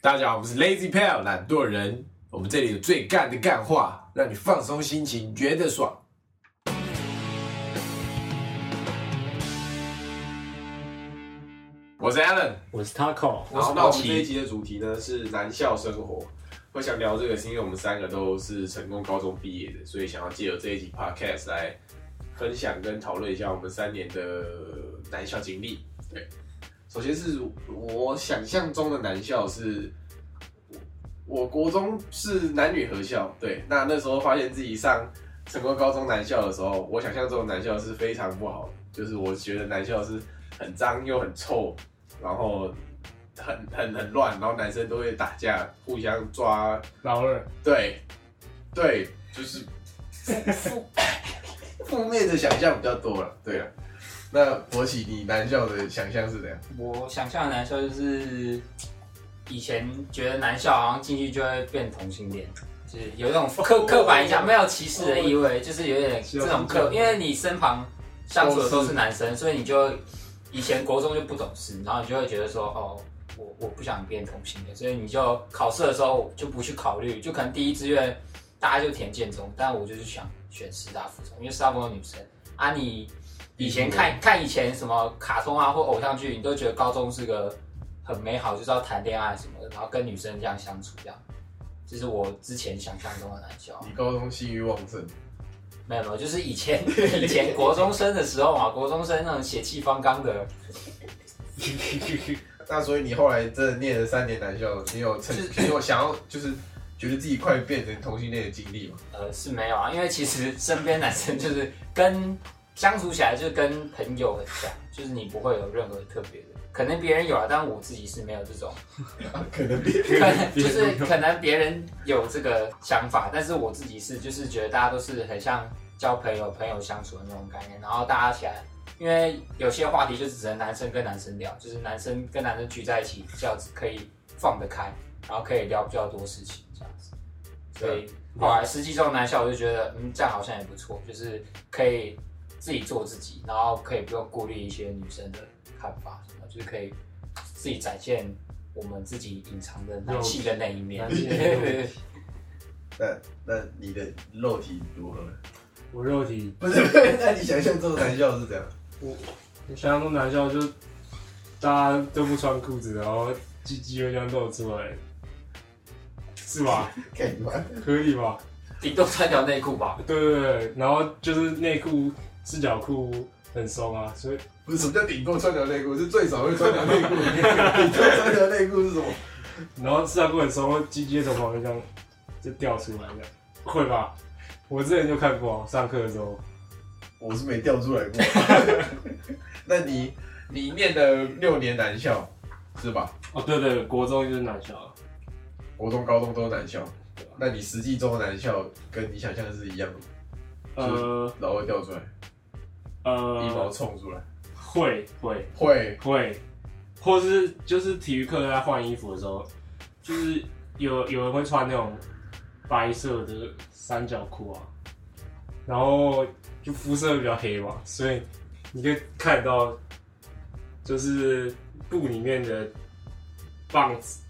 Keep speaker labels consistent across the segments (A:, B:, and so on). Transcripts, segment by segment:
A: 大家好，我们是 Lazy Pal 懒惰人，我们这里有最干的干话，让你放松心情，觉得爽。我是 Alan，
B: 我是 Taco，
A: 然后那我们这一集的主题呢是燃笑生活。我想聊这个是因为我们三个都是成功高中毕业的，所以想要借由这一集 Podcast 来分享跟讨论一下我们三年的男校经历。对，首先是我想象中的男校是。我国中是男女合校，对，那那时候发现自己上成功高中男校的时候，我想象中的男校是非常不好的，就是我觉得男校是很脏又很臭，然后很很很乱，然后男生都会打架，互相抓，
B: 老二，
A: 对，对，就是负 负面的想象比较多了，对啊。那博喜，你男校的想象是怎样？
C: 我想象的男校就是以前觉得男校好像进去就会变同性恋，就是有那种刻刻板印象，没有歧视的意味，就是有点这种刻，因为你身旁相处的都是男生，所以你就以前国中就不懂事，然后你就会觉得说哦。我我不想变同性恋，所以你就考试的时候就不去考虑，就可能第一志愿大家就填建中，但我就是想选师大附中，因为师大附中有女生啊你以前看看以前什么卡通啊或偶像剧，你都觉得高中是个很美好，就是要谈恋爱什么的，然后跟女生这样相处，这样，这是我之前想象中的男校。
A: 你高中性欲旺盛，
C: 没有没有，就是以前 以前国中生的时候嘛，国中生那种血气方刚的，
A: 那所以你后来真的念了三年男校，你有成，你有想要就是觉得自己快变成同性恋的经历吗？
C: 呃，是没有啊，因为其实身边男生 就是跟相处起来就跟朋友很像，就是你不会有任何特别的，可能别人有啊，但我自己是没有这种。
A: 可能变
C: 可能就是可能别人有这个想法，但是我自己是就是觉得大家都是很像交朋友、朋友相处的那种概念，然后大家起来，因为有些话题就只能男生跟男生聊，就是男生跟男生聚在一起，这样子可以放得开，然后可以聊比较多事情这样子。所以后来实际中男校我就觉得，嗯，这样好像也不错，就是可以自己做自己，然后可以不用顾虑一些女生的看法什么，就是可以自己展现我们自己隐藏的男性的那一面
B: 男。性的那一面
A: 那那你的肉体如何？
B: 我肉体，
A: 不是， 那你想象中的男校是怎样？
B: 我想象中男校就大家都不穿裤子，然后鸡鸡会这样露出来，是 吧？
A: 干你妈！
B: 可以吧？
C: 顶多穿条内裤 吧，
B: 对对对，然后就是内裤、四角裤很松啊，所以
A: 不是什么叫顶多穿条内裤，是最少会穿条内裤。顶多穿条内裤是什么？
B: 然后四角裤很松，鸡鸡会从旁边这样就掉出来，这样会吧？我之前就看过，上课的时候，
A: 我是没掉出来过。 那你你念了六年男校是吧？
B: 哦对对，国中就是男校，啊
A: 国中、高中都是男校。那你实际中的男校跟你想象的是一样的吗，
B: 呃
A: 然后会掉出来，一毛
B: 呃，
A: 冲出来，
B: 会会。
A: 会
B: 会，或是就是体育课在换衣服的时候，就是有有人会穿那种白色的三角裤啊，然后就肤色比较黑嘛，所以你可以看得到，就是布里面的棒子。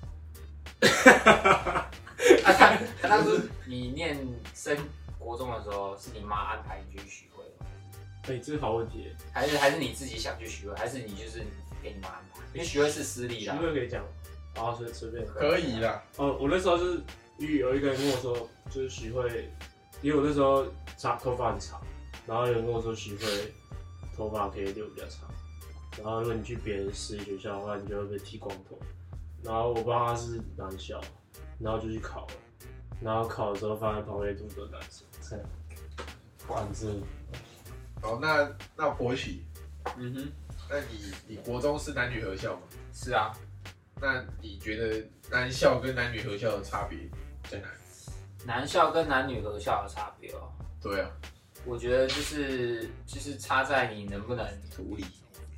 C: 啊，他他当时你念升国中的时候，是你妈安排你去许会吗？
B: 哎、这是好问题耶，
C: 还是还是你自己想去许会？还是你就是给你妈安排？因为许会是私立
B: 徐
C: 啦，
B: 乐可以讲，啊随随便。
A: 可以啦。
B: 哦，我那时候就是有有一个人跟我说，就是徐慧，因为我那时候长头发很长，然后有人跟我说徐慧头发可以留比较长，然后如果你去别的私立学校的话，你就会被剃光头。然后我爸他是男校，然后就去考了，然后考的时候发现旁边都是男生，这样，反正
A: 好，那那博喜，
C: 嗯哼，
A: 那你你国中是男女合校吗？
C: 是啊，
A: 那你觉得男校跟男女合校的差别在哪里？
C: 男校跟男女合校的差别哦，
A: 对啊，
C: 我觉得就是就是差在你能不能
A: 土里。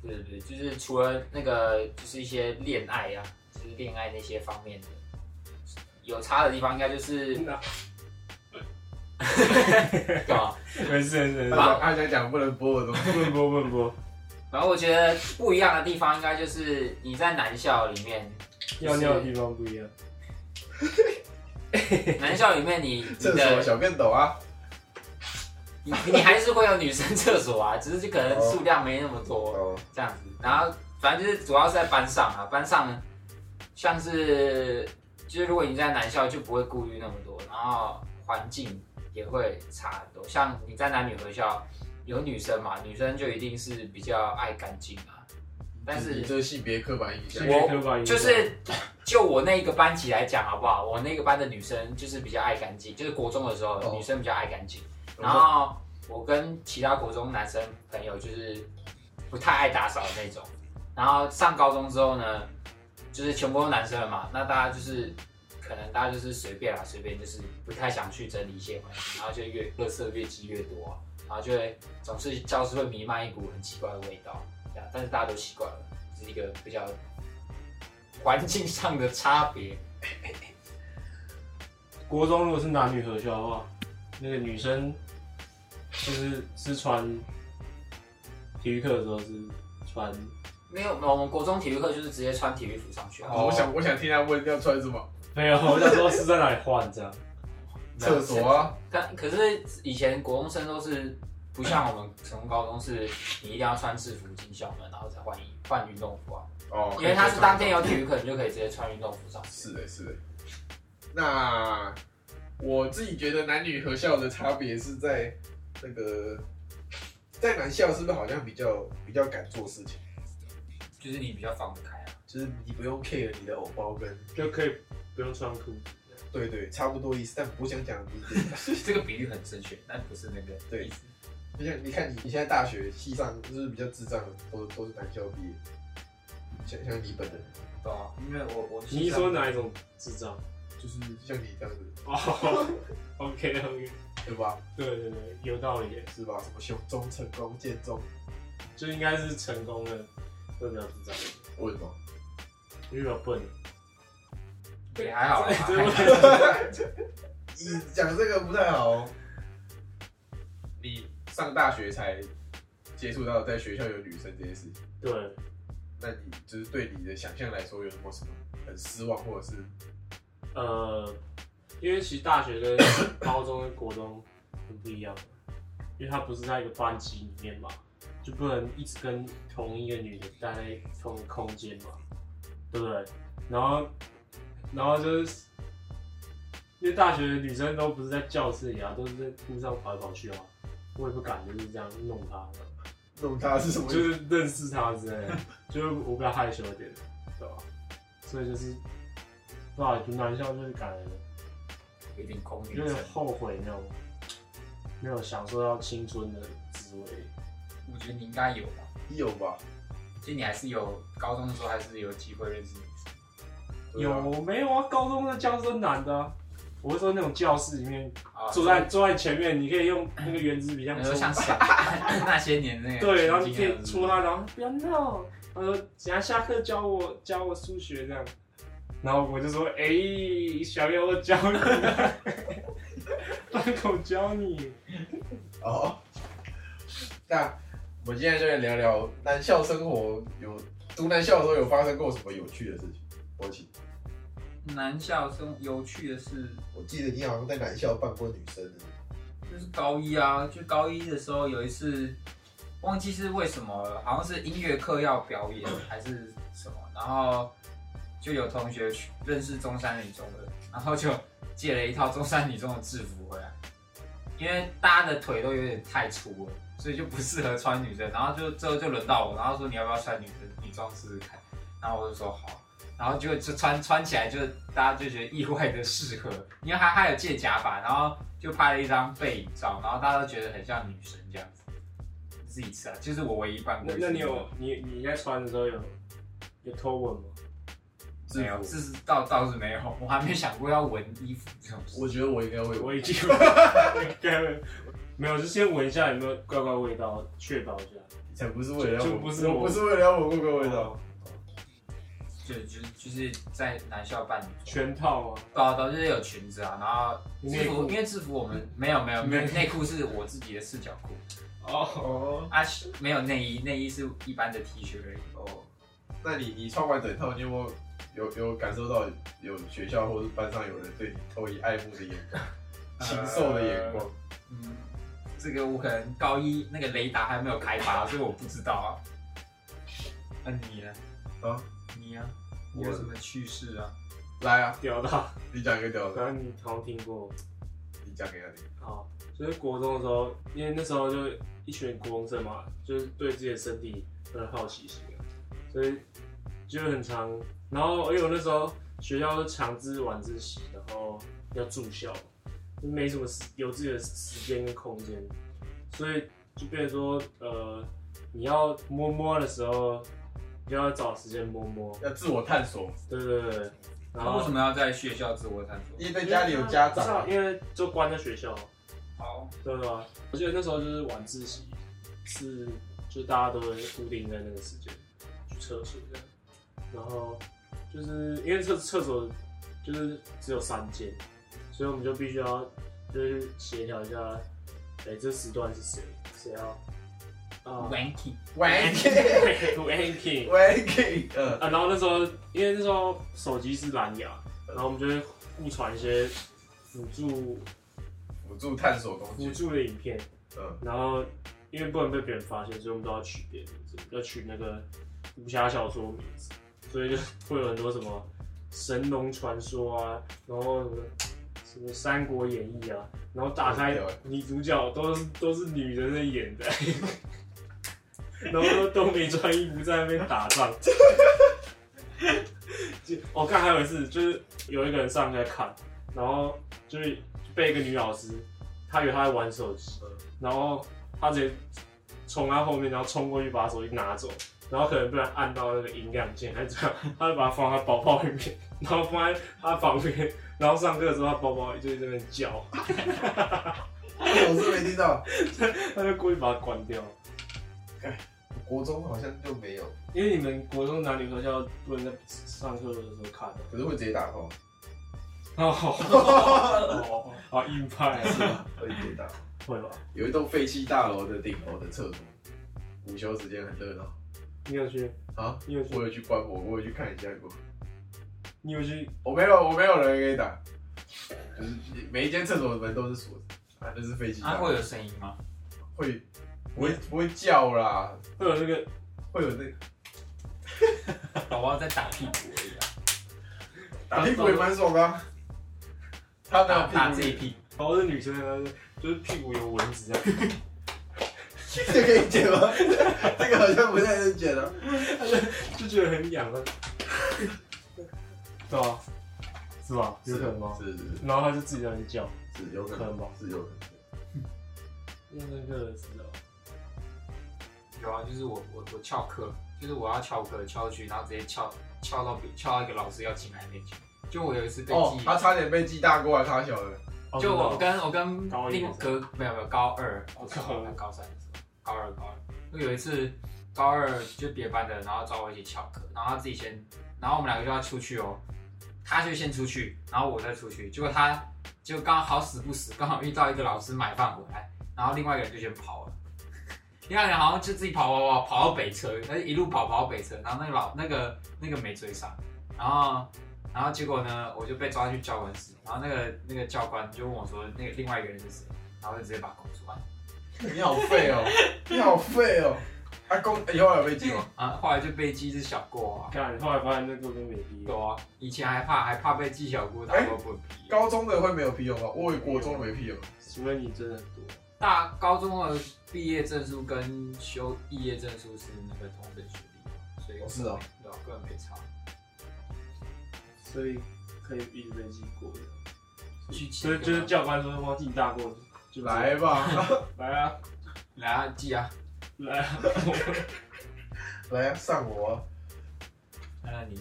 C: 对对对，就是除了那个，就是一些恋爱啊，就是恋爱那些方面的，有差的地方应该就是
B: 那
C: 干嘛？
B: 没事没事，
A: 他
C: 啊
A: 想啊他想讲不能播的东西。
B: 问波问波，
C: 然后我觉得不一样的地方应该就是你在男校里面，
B: 尿尿的地方不一样。
C: 男校里面你你
A: 厕所
C: 的
A: 小便斗啊，
C: 你你还是会有女生厕所啊，只是就可能数量没那么多。
A: 哦，
C: 这样子。然后反正就是主要是在班上啊，班上像是就是如果你在男校就不会顾虑那么多，然后环境也会差很多。像你在男女合校有女生嘛，女生就一定是比较爱干净啊，但
A: 你
C: 是
A: 这性别刻板印象
B: 性别刻板印象
C: 就是就我那个班级来讲好不好？我那个班的女生就是比较爱干净，就是国中的时候、
A: 哦
C: 女生比较爱干净，
A: 嗯
C: 然后我跟其他国中男生朋友就是不太爱打扫的那种，然后上高中之后呢，就是全部都男生了嘛，那大家就是。可能大家就是随便啦，随便就是不太想去整理一些环境，然后就越垃圾越积越多啊、然后就会总是教室会弥漫一股很奇怪的味道，这样，但是大家都习惯了，这是一个比较环境上的差别。
B: 国中如果是男女合校的话，那个女生就是是穿体育课的时候是穿
C: 没有，我们国中体育课就是直接穿体育服上去啊，
A: 哦我想我想听他问要穿什么
B: 没有，我想说是在哪里换这样。
A: 厕所啊，
C: 但可是以前国中生都是不像我们成功高中是，你一定要穿制服进校门，然后才换衣换运动服啊，
A: 哦，
C: 因为他是当天有体育课，你就可以直接穿运动服上去。
A: 是的，是的。那我自己觉得男女合校的差别是在那个，在男校是不是好像比较比较敢做事情，
C: 就是你比较放得开啊。
A: 就是你不用 care 你的偶包跟
B: 就可以不用穿裤子。
A: 对对，差不多意思。但我想讲的不是这个，
C: 这个比喻很正确，但不是那个
A: 对
C: 意思。
A: 就像你看你你现在大学系上就是比较智障的，都都是男校毕业，像像你本人
C: 对啊，因为我我
B: 你是说哪一种智障？
A: 就是像你这样子，
B: 哦，OK OK，
A: 对吧？
B: 对对对，有道理耶，
A: 是吧？什么雄中成功建中，
B: 就应该是成功的会比较智障，
A: 为什么？
B: 因为比较笨。
C: 也还好啦，啊
B: 对对
C: 还
A: 你讲这个不太好哦。你上大学才接触到在学校有女生这件事，
B: 对，
A: 那你就是对你的想象来说有什么什么很失望，或者是
B: 呃，因为其实大学跟高中跟国中很不一样，因为它不是在一个班级里面嘛，就不能一直跟同一个女的待在同一个空间嘛，对不对？然后，然后就是。因为大学的女生都不是在教室里啊，都是在路上跑来跑去啊，我也不敢就是这样弄她，
A: 弄他是什么意
B: 就
A: 思？
B: 是认识她之类的，就是我比较害羞一点，对吧？所以就是，不好意思，男校就是感觉
C: 有点空女
B: 有
C: 生
B: 点，后悔那种没有享受到青春的滋味。
C: 我觉得你应该有吧。
A: 有吧？
C: 其实你还是有高中的时候还是有机会认识女生，
A: 对啊
B: 有没有啊？高中的教室都男的啊、我是说那种教室里面
C: 啊
B: 坐在坐在前面，你可以用那个圆珠笔这样
C: 你
B: 戳
C: 说，像小 那些年那个
B: 对，然后你
C: 情
B: 可以
C: 景
B: 戳他，然后啊不要闹，他说等下下课教我教我数学这样，然后我就说哎、小友我教你， 放口教你，
A: 哦。那我们现在就来聊聊男校生活有，读男校的时候有发生过什么有趣的事情？我请，
C: 男校生有趣的是，
A: 我记得你好像在男校办过女生的，
C: 就是高一啊，就高一的时候有一次，忘记是为什么了，好像是音乐课要表演还是什么，然后就有同学去认识中山女中的，然后就借了一套中山女中的制服回来，因为大家的腿都有点太粗了，所以就不适合穿女生，然后就最后就轮到我，然后说你要不要穿女生女装试试看，然后我就说好。然后就就穿穿起来就大家就觉得意外的适合，因为他他有借假发，然后就拍了一张背影照，然后大家都觉得很像女神这样子。这是一次啊，就是我唯一办过
B: 那
C: 一次。
B: 那你有你你在穿的时候有有偷吻吗？
A: 制
C: 没有，
A: 服，
C: 这是倒倒是没有，我还没想过要闻衣服这种事。
A: 我觉得我应该会有。
B: 我已经没有，就先闻一下有没有怪怪味道，确保一下。
A: 才不是为了要
B: 就
A: 我
B: 不是
A: 我
B: 我
A: 不是为了要我过个味道。
C: 就就就是在男校办女装，
B: 全套啊，
C: 对啊对啊就是有裙子啊，然后
B: 内
C: 制服，
B: 裤
C: 因为制服我们没有没有没有
B: 内
C: 内裤是我自己的四角裤
B: 哦，
A: 哦
C: 啊，没有内衣，内衣是一般的 T 恤而已。
A: 哦，那你你穿完整套，你有没有有有感受到有学校或是班上有人对你投以爱慕的眼光、禽兽的眼光。
C: 嗯，这个我可能高一那个雷达还没有开发，所以我不知道啊。那、你呢？
A: 啊，
C: 你啊，你
A: 我
C: 有什么趣事啊？
A: 来啊，
B: 屌到，
A: 你讲一个屌
B: 可
A: 的，
B: 能你好像听过。
A: 你讲给他听。
B: 好，就是国中的时候，因为那时候就一群国中生嘛，就是对自己的身体很有好奇心啊，所以就很常。然后因为我那时候学校是强制晚自习，然后要住校，就没什么时有自己的时间跟空间，所以就变成说，呃，你要摸摸的时候，你就要找时间摸摸，
A: 要自我探索，
B: 对对对。然
C: 他为
B: 后
C: 什么要在学校自我探索？
A: 因为家里有家长啊，
B: 因为就关在学校。
C: 好，
B: 对啊，我记得那时候就是晚自习，是就大家都会固定在那个时间去厕所这样，然后就是因为厕厕所就是只有三间，所以我们就必须要就是协调一下，哎、这时段是谁谁要啊
C: wanky，
A: wanking
B: wanking
A: wanking，嗯，
B: 啊，然后那时候因为那时候手机是蓝牙，然后我们就会互传一些辅助
A: 辅助探索工
B: 辅
A: 具，
B: 助的影片。
A: 嗯，
B: 然后因为不能被别人发现，所以我们都要取别人名字，要取那个武侠小说名字，所以就会有很多什么神龙传说啊，然后什么什么三国演义啊，然后打开女主角都都是女人在演的， 然后都都没穿衣服在那边打仗。 就我看、还有一次，就是有一个人上去看，然后就是被一个女老师，她以为她在玩手机，然后他直接从他后面，然后冲过去把手机拿走，然后可能被他按到那个音量键，还是这样，他就把它放在他包包里面，然后放在他旁边，然后上课的时候他包包就在那边叫，
A: 我是没听到，
B: 他就故意把它关掉。
A: 国中好像就没有，
B: 因为你们国中男女合校不能在上课的时候看的。
A: 可是会直接打 炮，
B: 哦，好硬派啊，
A: 会直接打炮。
B: 会吧？
A: 有一栋废弃大楼的顶楼的厕所，午休时间很热闹
B: 你有去？
A: 啊，
B: 你有
A: 我
B: 去？
A: 有去观摩，我有去看一下过。
B: 你有去？
A: 我没有，我没有人可以打，就是每一间厕所的门都是锁着，啊，就是废弃
C: 啊，
A: 大
C: 会
A: 楼，
C: 有声音吗？
A: 会不会不会叫啦，
B: 会有那个
A: 会有那个
C: 宝宝在打屁股而 已啊，
A: 打屁股也蛮爽的啊，他没有
C: 打打自己
A: 屁
C: 屁股。
B: 然后是女生呢，就是屁股有蚊子啊，
A: 股，这可以剪吗？这个好像不太能剪啊了。
B: 就觉得很痒啊。 对啊，是啊吧？有可能吗？
A: 是是
B: 然后他就自己在那边叫，
A: 是是有可能吧？是有可能。
B: 那那个知道。
C: 有啊，就是我我我翘课，就是我要翘课翘去，然后直接翘翘到别翘到一个老师要进来那去。就我有一次被
A: 哦
C: 记，，
A: 他差点被记大过来，啊他小的，
B: 哦
C: 就我跟我跟
B: 高一
C: 另
B: 的时
C: 隔没有没有高二，
B: 哦
C: 我
B: 高二
C: 高三的时候，高二高二，就有一次高二就别班的，然后找我一起翘课，然后他自己先，然后我们两个就要出去哦，他就先出去，然后我再出去，结果他就刚好死不死，刚好遇到一个老师买饭回来，然后另外一个人就先跑了。另外一个人好像就自己跑跑跑跑到北车，他就一路跑跑到北车，然后那个老那个那个没追上，然后然后结果呢，我就被抓去教官室，然后那个那个教官就问我说，那个另外一个人是谁，然后就直接把口出来，
A: 你好废哦， 你好废哦。阿公以后有被记吗？
C: 啊，后来就被记一只小过啊，
B: 看，后来发现那个跟美逼。
C: 有啊，以前还怕还怕被记小过打
A: 哎
C: 过滚皮，啊
A: 高中的会没有屁用吗？我以为国中的没屁用。
B: 除非你真的很多，
C: 大高中的毕业证书跟修毕业证书是那个同等学历，所以
A: 哦是哦，
C: 对啊，根本没差，
B: 所以可以一直被记过的。
C: 去记
B: 所以就是教官说忘记大过，就
A: 来吧，
B: 来啊
C: 来啊记啊，
B: 来啊！
A: 来啊，上我啊。
C: 那、你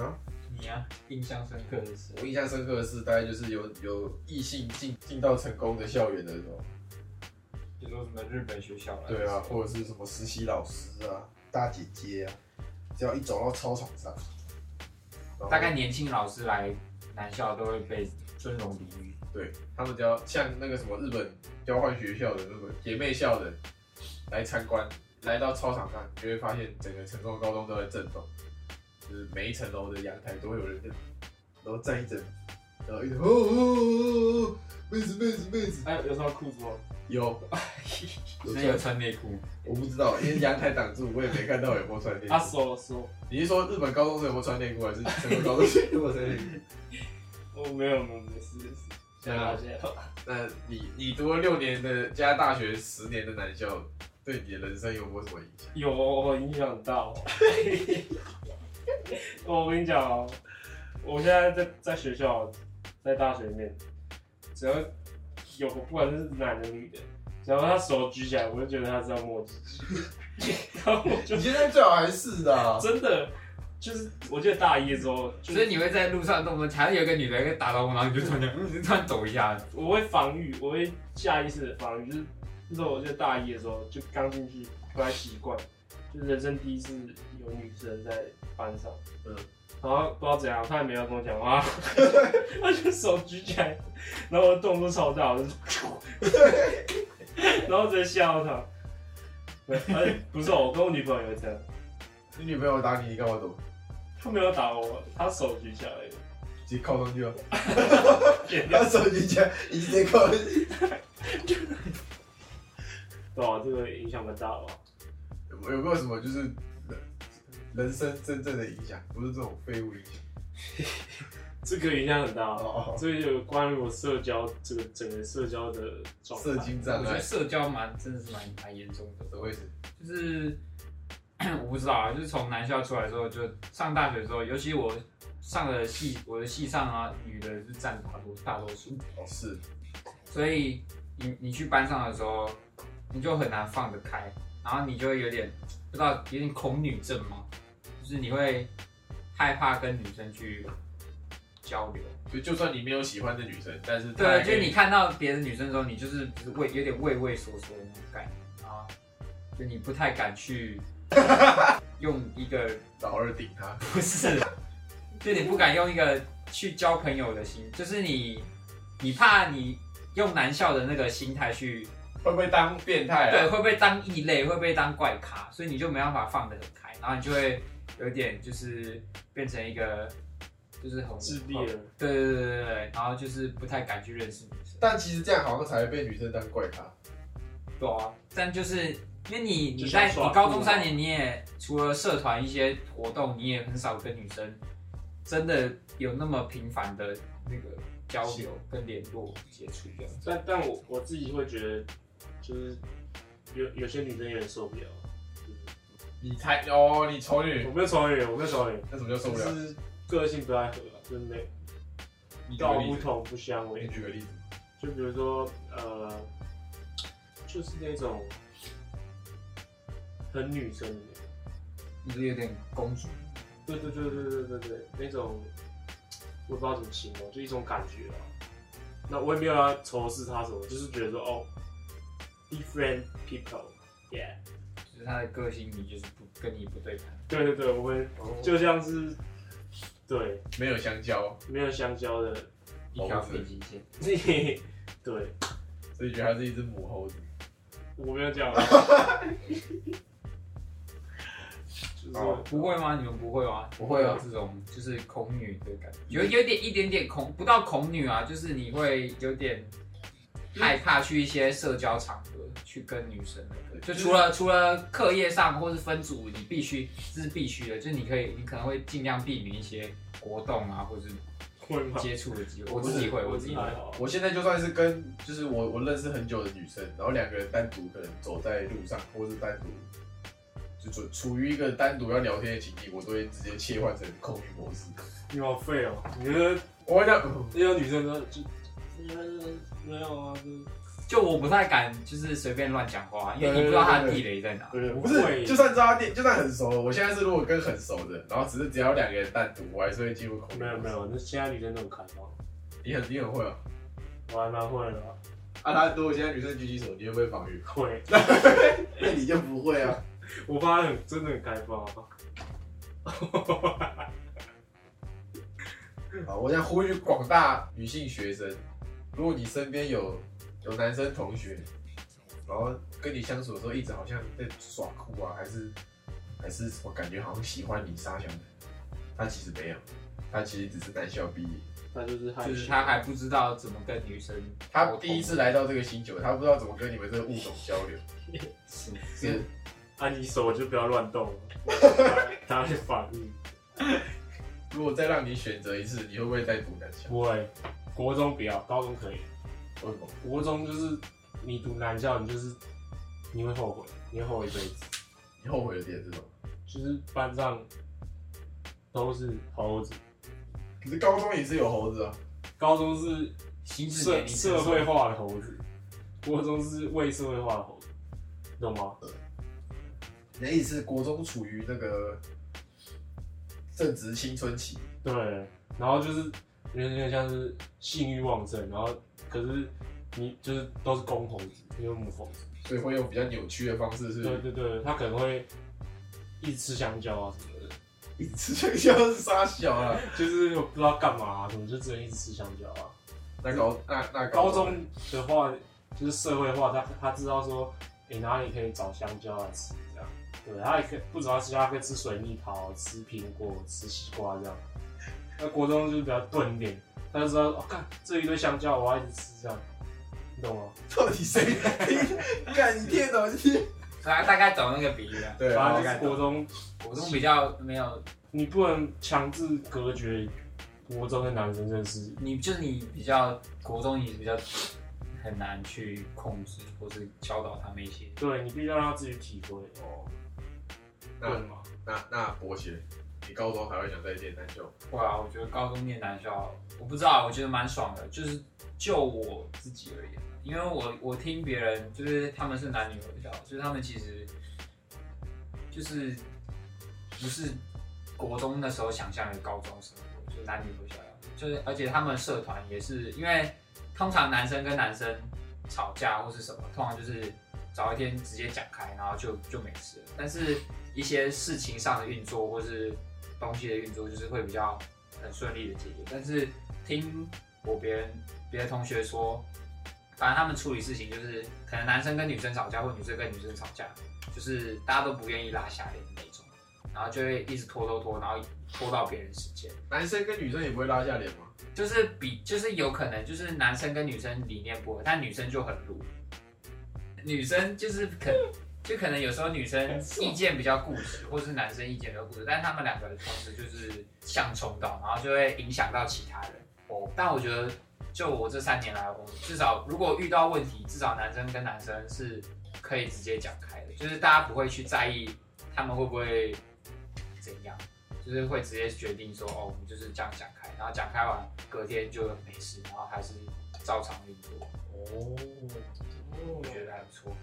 A: 啊
C: 你啊，印象深刻的事
A: 我印象深刻的是，大概就是有有异性进进到成功的校园的时候，
C: 就说什么日本学校来的
A: 对啊，
C: 时候
A: 或者是什么实习老师啊、大姐姐啊，只要一走到操场上，然后
C: 大概年轻老师来南校都会被尊荣礼遇。
A: 对他们只要像那个什么日本交换学校的那个姐妹校的来参观，来到操场上，你就会发现整个成功高中都在震动，就是每一层楼的阳台都会有人在，然后站一整，然后一直哦哦哦哦，妹子妹子妹子，
B: 哎，有穿裤子吗？
A: 有，
C: 是有穿内裤，
A: 我不知道，因为阳台挡住，我也没看到有没有穿内裤。
B: 啊，手手，
A: 你是说日本高中生有没有穿 内裤，还是什么高中生有没有穿内裤？
B: 哦，没有没有，没事没事，
A: 对啊
B: 谢谢
A: 那你你读了六年的加大学十年的男校，对你的人生有没有什么影响？
B: 有影响 到。我跟你讲哦，我现在在在学校，在大学里面，只要有个不管是男的女的，只要他手举起来，我就觉得他是要摸鸡 鸡，然后我就
A: 你现在最好还是啊，
B: 真的就是，我记得大一的时候，就
C: 所以
B: 是
C: 你会在路上动不动，好像有一个女的跟打招呼，然后你就突然间嗯突然抖一下，
B: 我会防御，我会下意识的防御，就是那时候我记得大一的时候，就刚进去不太习惯，就是人生第一次有女生在班上，
A: 嗯
B: 嗯，然后不知道怎样，她也没有跟我讲话， 她就手举起来，然后我的动作超大，我就 然后直接吓到她。对而且不是哦我跟我女朋友也会这样，
A: 你女朋友打你，你干嘛躲？
B: 她没有打我，她手举起来而已，
A: 直接靠上去 啊！
B: 剪掉
A: 他手机架，你直接靠上去。
B: 对啊，这个影响蛮大的哦吧？
A: 有没有有没有什么就是人人生真正的影响？不是这种废物影响。
B: 这个影响很大哦。
A: 哦，
B: 这有关于我社交这个整个社交的状态。
A: 社经
C: 我
A: 哦障
C: 觉得
A: 碍，
C: 社交蛮真的是蛮蛮严重的。
A: 什么意思？
C: 就是 我不知道啊，就是从南校出来之后，就上大学之后，尤其我上了系，我的系上啊，女的是占大多大多数，
A: 哦，是
C: 所以你你去班上的时候，你就很难放得开，然后你就会有点不知道有点恐女症嘛，就是你会害怕跟女生去交流。
A: 就就算你没有喜欢的女生，但啊是她
C: 对，
A: 还
C: 就
A: 可
C: 是
A: 以
C: 你看到别的女生之后，你就是就是畏有点畏畏缩缩的那种概念啊，就你不太敢 去用一个
A: 老二顶她。
C: 不是，就你不敢用一个去交朋友的心，就是你你怕你用男校的那个心态去，
A: 会不会当变态
C: 对，
A: 啊？
C: 会不会当异类，会不会当怪咖，所以你就没办法放得很开，然后你就会有点就是变成一个就是很
B: 自恋，
C: 对对对对对，然后就是不太敢去认识女生，
A: 但其实这样好像才会被女生当怪咖。
C: 对啊，但就是因为你
B: 就
C: 你
B: 像
C: 在
B: 耍
C: 你高
B: 酷
C: 中
B: 嘛
C: 三年，你也除了社团一些活动，你也很少跟女生真的有那么频繁的那个交流跟联络接触这样。
B: 但但我我自己会觉得，就是有有些女生有点受不了。
A: 你才哦，你丑
B: 我
A: 女，
B: 没有仇人，我没有仇人，
A: 那什么叫受
B: 就
A: 不了？
B: 是个性不太合、啊，就是没
A: 你举
B: 道
A: 个例
B: 不
A: 子，
B: 同不相
A: 你
B: 为。
A: 举个例子。
B: 就比如说呃，就是那种很女生的那种，
C: 你是有点公主，
B: 对对对对对对对，那种我也不知道怎么形容，就一种感觉啊。那我也没有要仇视他什么，就是觉得说哦，different people，yeah，
C: 就是她的个性你就是不跟你不对盘。
B: 对对对，我会
A: 就
B: 就像是对
A: 没有香蕉，
B: 没有香蕉的，
C: 一条平行线，
B: 对，对
A: 所以觉得它是一只母猴子。
B: 我没有讲，就是
A: 哦
C: 不会吗？你们不会吗？
A: 不会啊
C: 有这种就是恐女的感觉，有有点一点点恐，不到恐女啊，就是你会有点害怕去一些社交场合去跟女生那个，就除了除了课业上或是分组，你必须这是必须的，就是你可以你可能会尽量避免一些活动啊，或是
B: 会吗？
C: 接触的机会。
A: 我
C: 我
A: 不是
C: 自己会，我
B: 我
C: 自己会
B: 还。好，
A: 我现在就算是跟就是我我认识很久的女生，然后两个人单独可能走在路上，或是单独就处处于一个单独要聊天的情境，我都会直接切换成空域模式。
B: 你好废哦，你觉得
A: 我会这样，嗯
B: 那些女生呢就。嗯没有啊，就是
C: 就我不太敢就是随便乱讲话，因为你不知道他的地雷在哪。
B: 我
A: 不是，就算知道她就算很熟，我现在是如果跟很熟的，然后只是只要两个人单独，我还是会进入空域。
B: 没有没，有，那现在女生都很开 放，
A: 你很你很会啊。
B: 我还蛮会的啊，
A: 啊，他如果现在女生举起手，你会不会防御？
B: 会，
A: 那你就不会啊。
B: 我爸很真的很开放啊，
A: 好，啊我想呼吁广大女性学生，如果你身边有有男生同学，然后跟你相处的时候一直好像在耍酷啊，还是还是什么感觉好像喜欢你傻小的，他其实没有，他其实只是男校毕业。
B: 他就是害羞
C: 就是他还不知道怎么跟女生沟
A: 他
C: 通。
A: 第一次来到这个星球，他不知道怎么跟你们这个物种交流。
C: 是
A: 是
B: 啊，你手就不要乱动 了，他会反应。
A: 如果再让你选择一次，你会不会再读男校？
B: 不会，国中不要，高中可以。
A: 为什么？
B: 国中就是你读男校，你就是你会后悔，你会后悔一辈子。
A: 你后悔的点是什么？
B: 就是班上都是猴子，
A: 可是高中也是有猴子啊。
B: 高中是
C: 心智年
B: 社
C: 龄
B: 社会化的猴子，国中是未社会化的猴子，懂吗？
A: 你的意思是国中处于那个正值青春期，
B: 对，然后就是有点像是性欲旺盛，然后可是你就是都是公猴子，没有母猴子。
A: 所以会用比较扭曲的方式是，
B: 对对对，他可能会一直吃香蕉啊什么的，
A: 一直想要是傻小啊。
B: 就是我不知道干嘛、啊，什么就只能一直吃香蕉啊。
A: 那高那那
B: 高
A: 中
B: 中的话就是社会化，他他知道说你、哪里可以找香蕉啊来吃这样，对，他也可以不只要吃香蕉，他可以吃水蜜桃、啊吃苹果、吃西瓜这样。那国中就是比较钝一点，他就知道哦，看这一堆香蕉，我要一直吃这样，你懂吗？
A: 到底谁？ 干你电脑机？
C: 大大概懂那个比喻了。
A: 对
B: 反
A: 啊
B: 正，就是国中，
C: 国中比较没有，
B: 你不能强制隔绝国中跟男生这件事情。
C: 你就是你比较国中，你比较很难去控制或是教导他们一些。
B: 对你必须要让他自己体会哦，对
A: 那
B: 吗？
A: 那那博学，你高中还会想再练篮球？
C: 会啊，我觉得高中念男校，我不知道，我觉得蛮爽的。就是就我自己而言，啊因为我我听别人，就是他们是男女合校，就是他们其实就是不是国中那时候想象的高中生活，就是男女合校，就是而且他们社团也是，因为通常男生跟男生吵架或是什么，通常就是早一天直接讲开，然后就就没事了。但是一些事情上的运作或是东西的运作，就是会比较很顺利的解决。但是听我别人别的同学说，反正他们处理事情就是可能男生跟女生吵架，或女生跟女生吵架，就是大家都不愿意拉下脸的那种，然后就会一直拖拖拖，然后拖到别人时间。
A: 男生跟女生也不会拉下脸吗？
C: 就是比就是有可能就是男生跟女生理念不合，但女生就很鲁，女生就是可就可能有时候女生意见比较固执，或是男生意见比较固执，但他们两个同时就是相冲到，然后就会影响到其他人。哦，但我觉得就我这三年来的工作，至少如果遇到问题，至少男生跟男生是可以直接讲开的，就是大家不会去在意他们会不会怎样。就是会直接决定说，哦，我们就是这样讲开，然后讲开完，隔天就没事，然后还是照常运作，
A: 哦，
C: 我觉得还不错。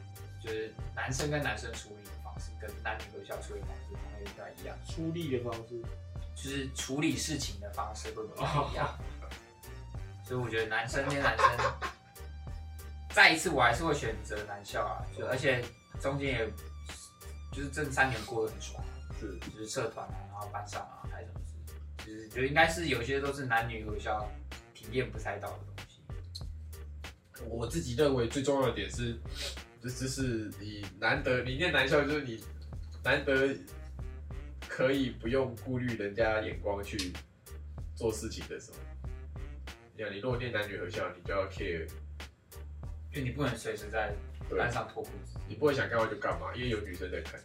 C: 就是男生跟男生处理的方式，跟男女合校处理的方式可能也不太一样，
B: 出力的方式，
C: 就是处理事情的方式会不太一样。所以我觉得男生跟男生，再一次我还是会选择男校啊，就而且中间也就是这三年过得很爽。
A: 是
C: 就是社团啊，然后班上啊，还有什么事，就是觉得应该是有些都是男女合校体验不太到的东西。
A: 我自己认为最重要的点是，就就是你难得你念男校，就是你难得可以不用顾虑人家眼光去做事情的时候。你看，你如果念男女合校，你就要 care，
C: 就你不能随时在
A: 对
C: 班，上脱裤子，
A: 你不会想干嘛就干嘛，因为有女生在看，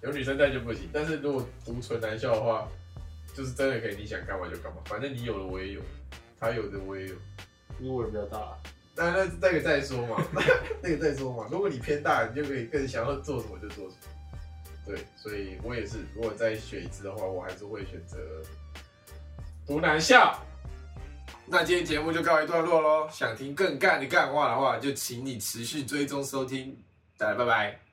A: 有女生在就不行。但是如果读纯男校的话，就是真的可以你想干嘛就干嘛，反正你有的我也有，他有的我也有。
B: 因为我也比较大，
A: 那那那个再说嘛，那个再说嘛。如果你偏大，你就可以更想要做什么就做什么。对，所以我也是，如果再选一次的话，我还是会选择读南校。那今天节目就告一段落喽。想听更干的干话的话，就请你持续追踪收听。大家拜拜。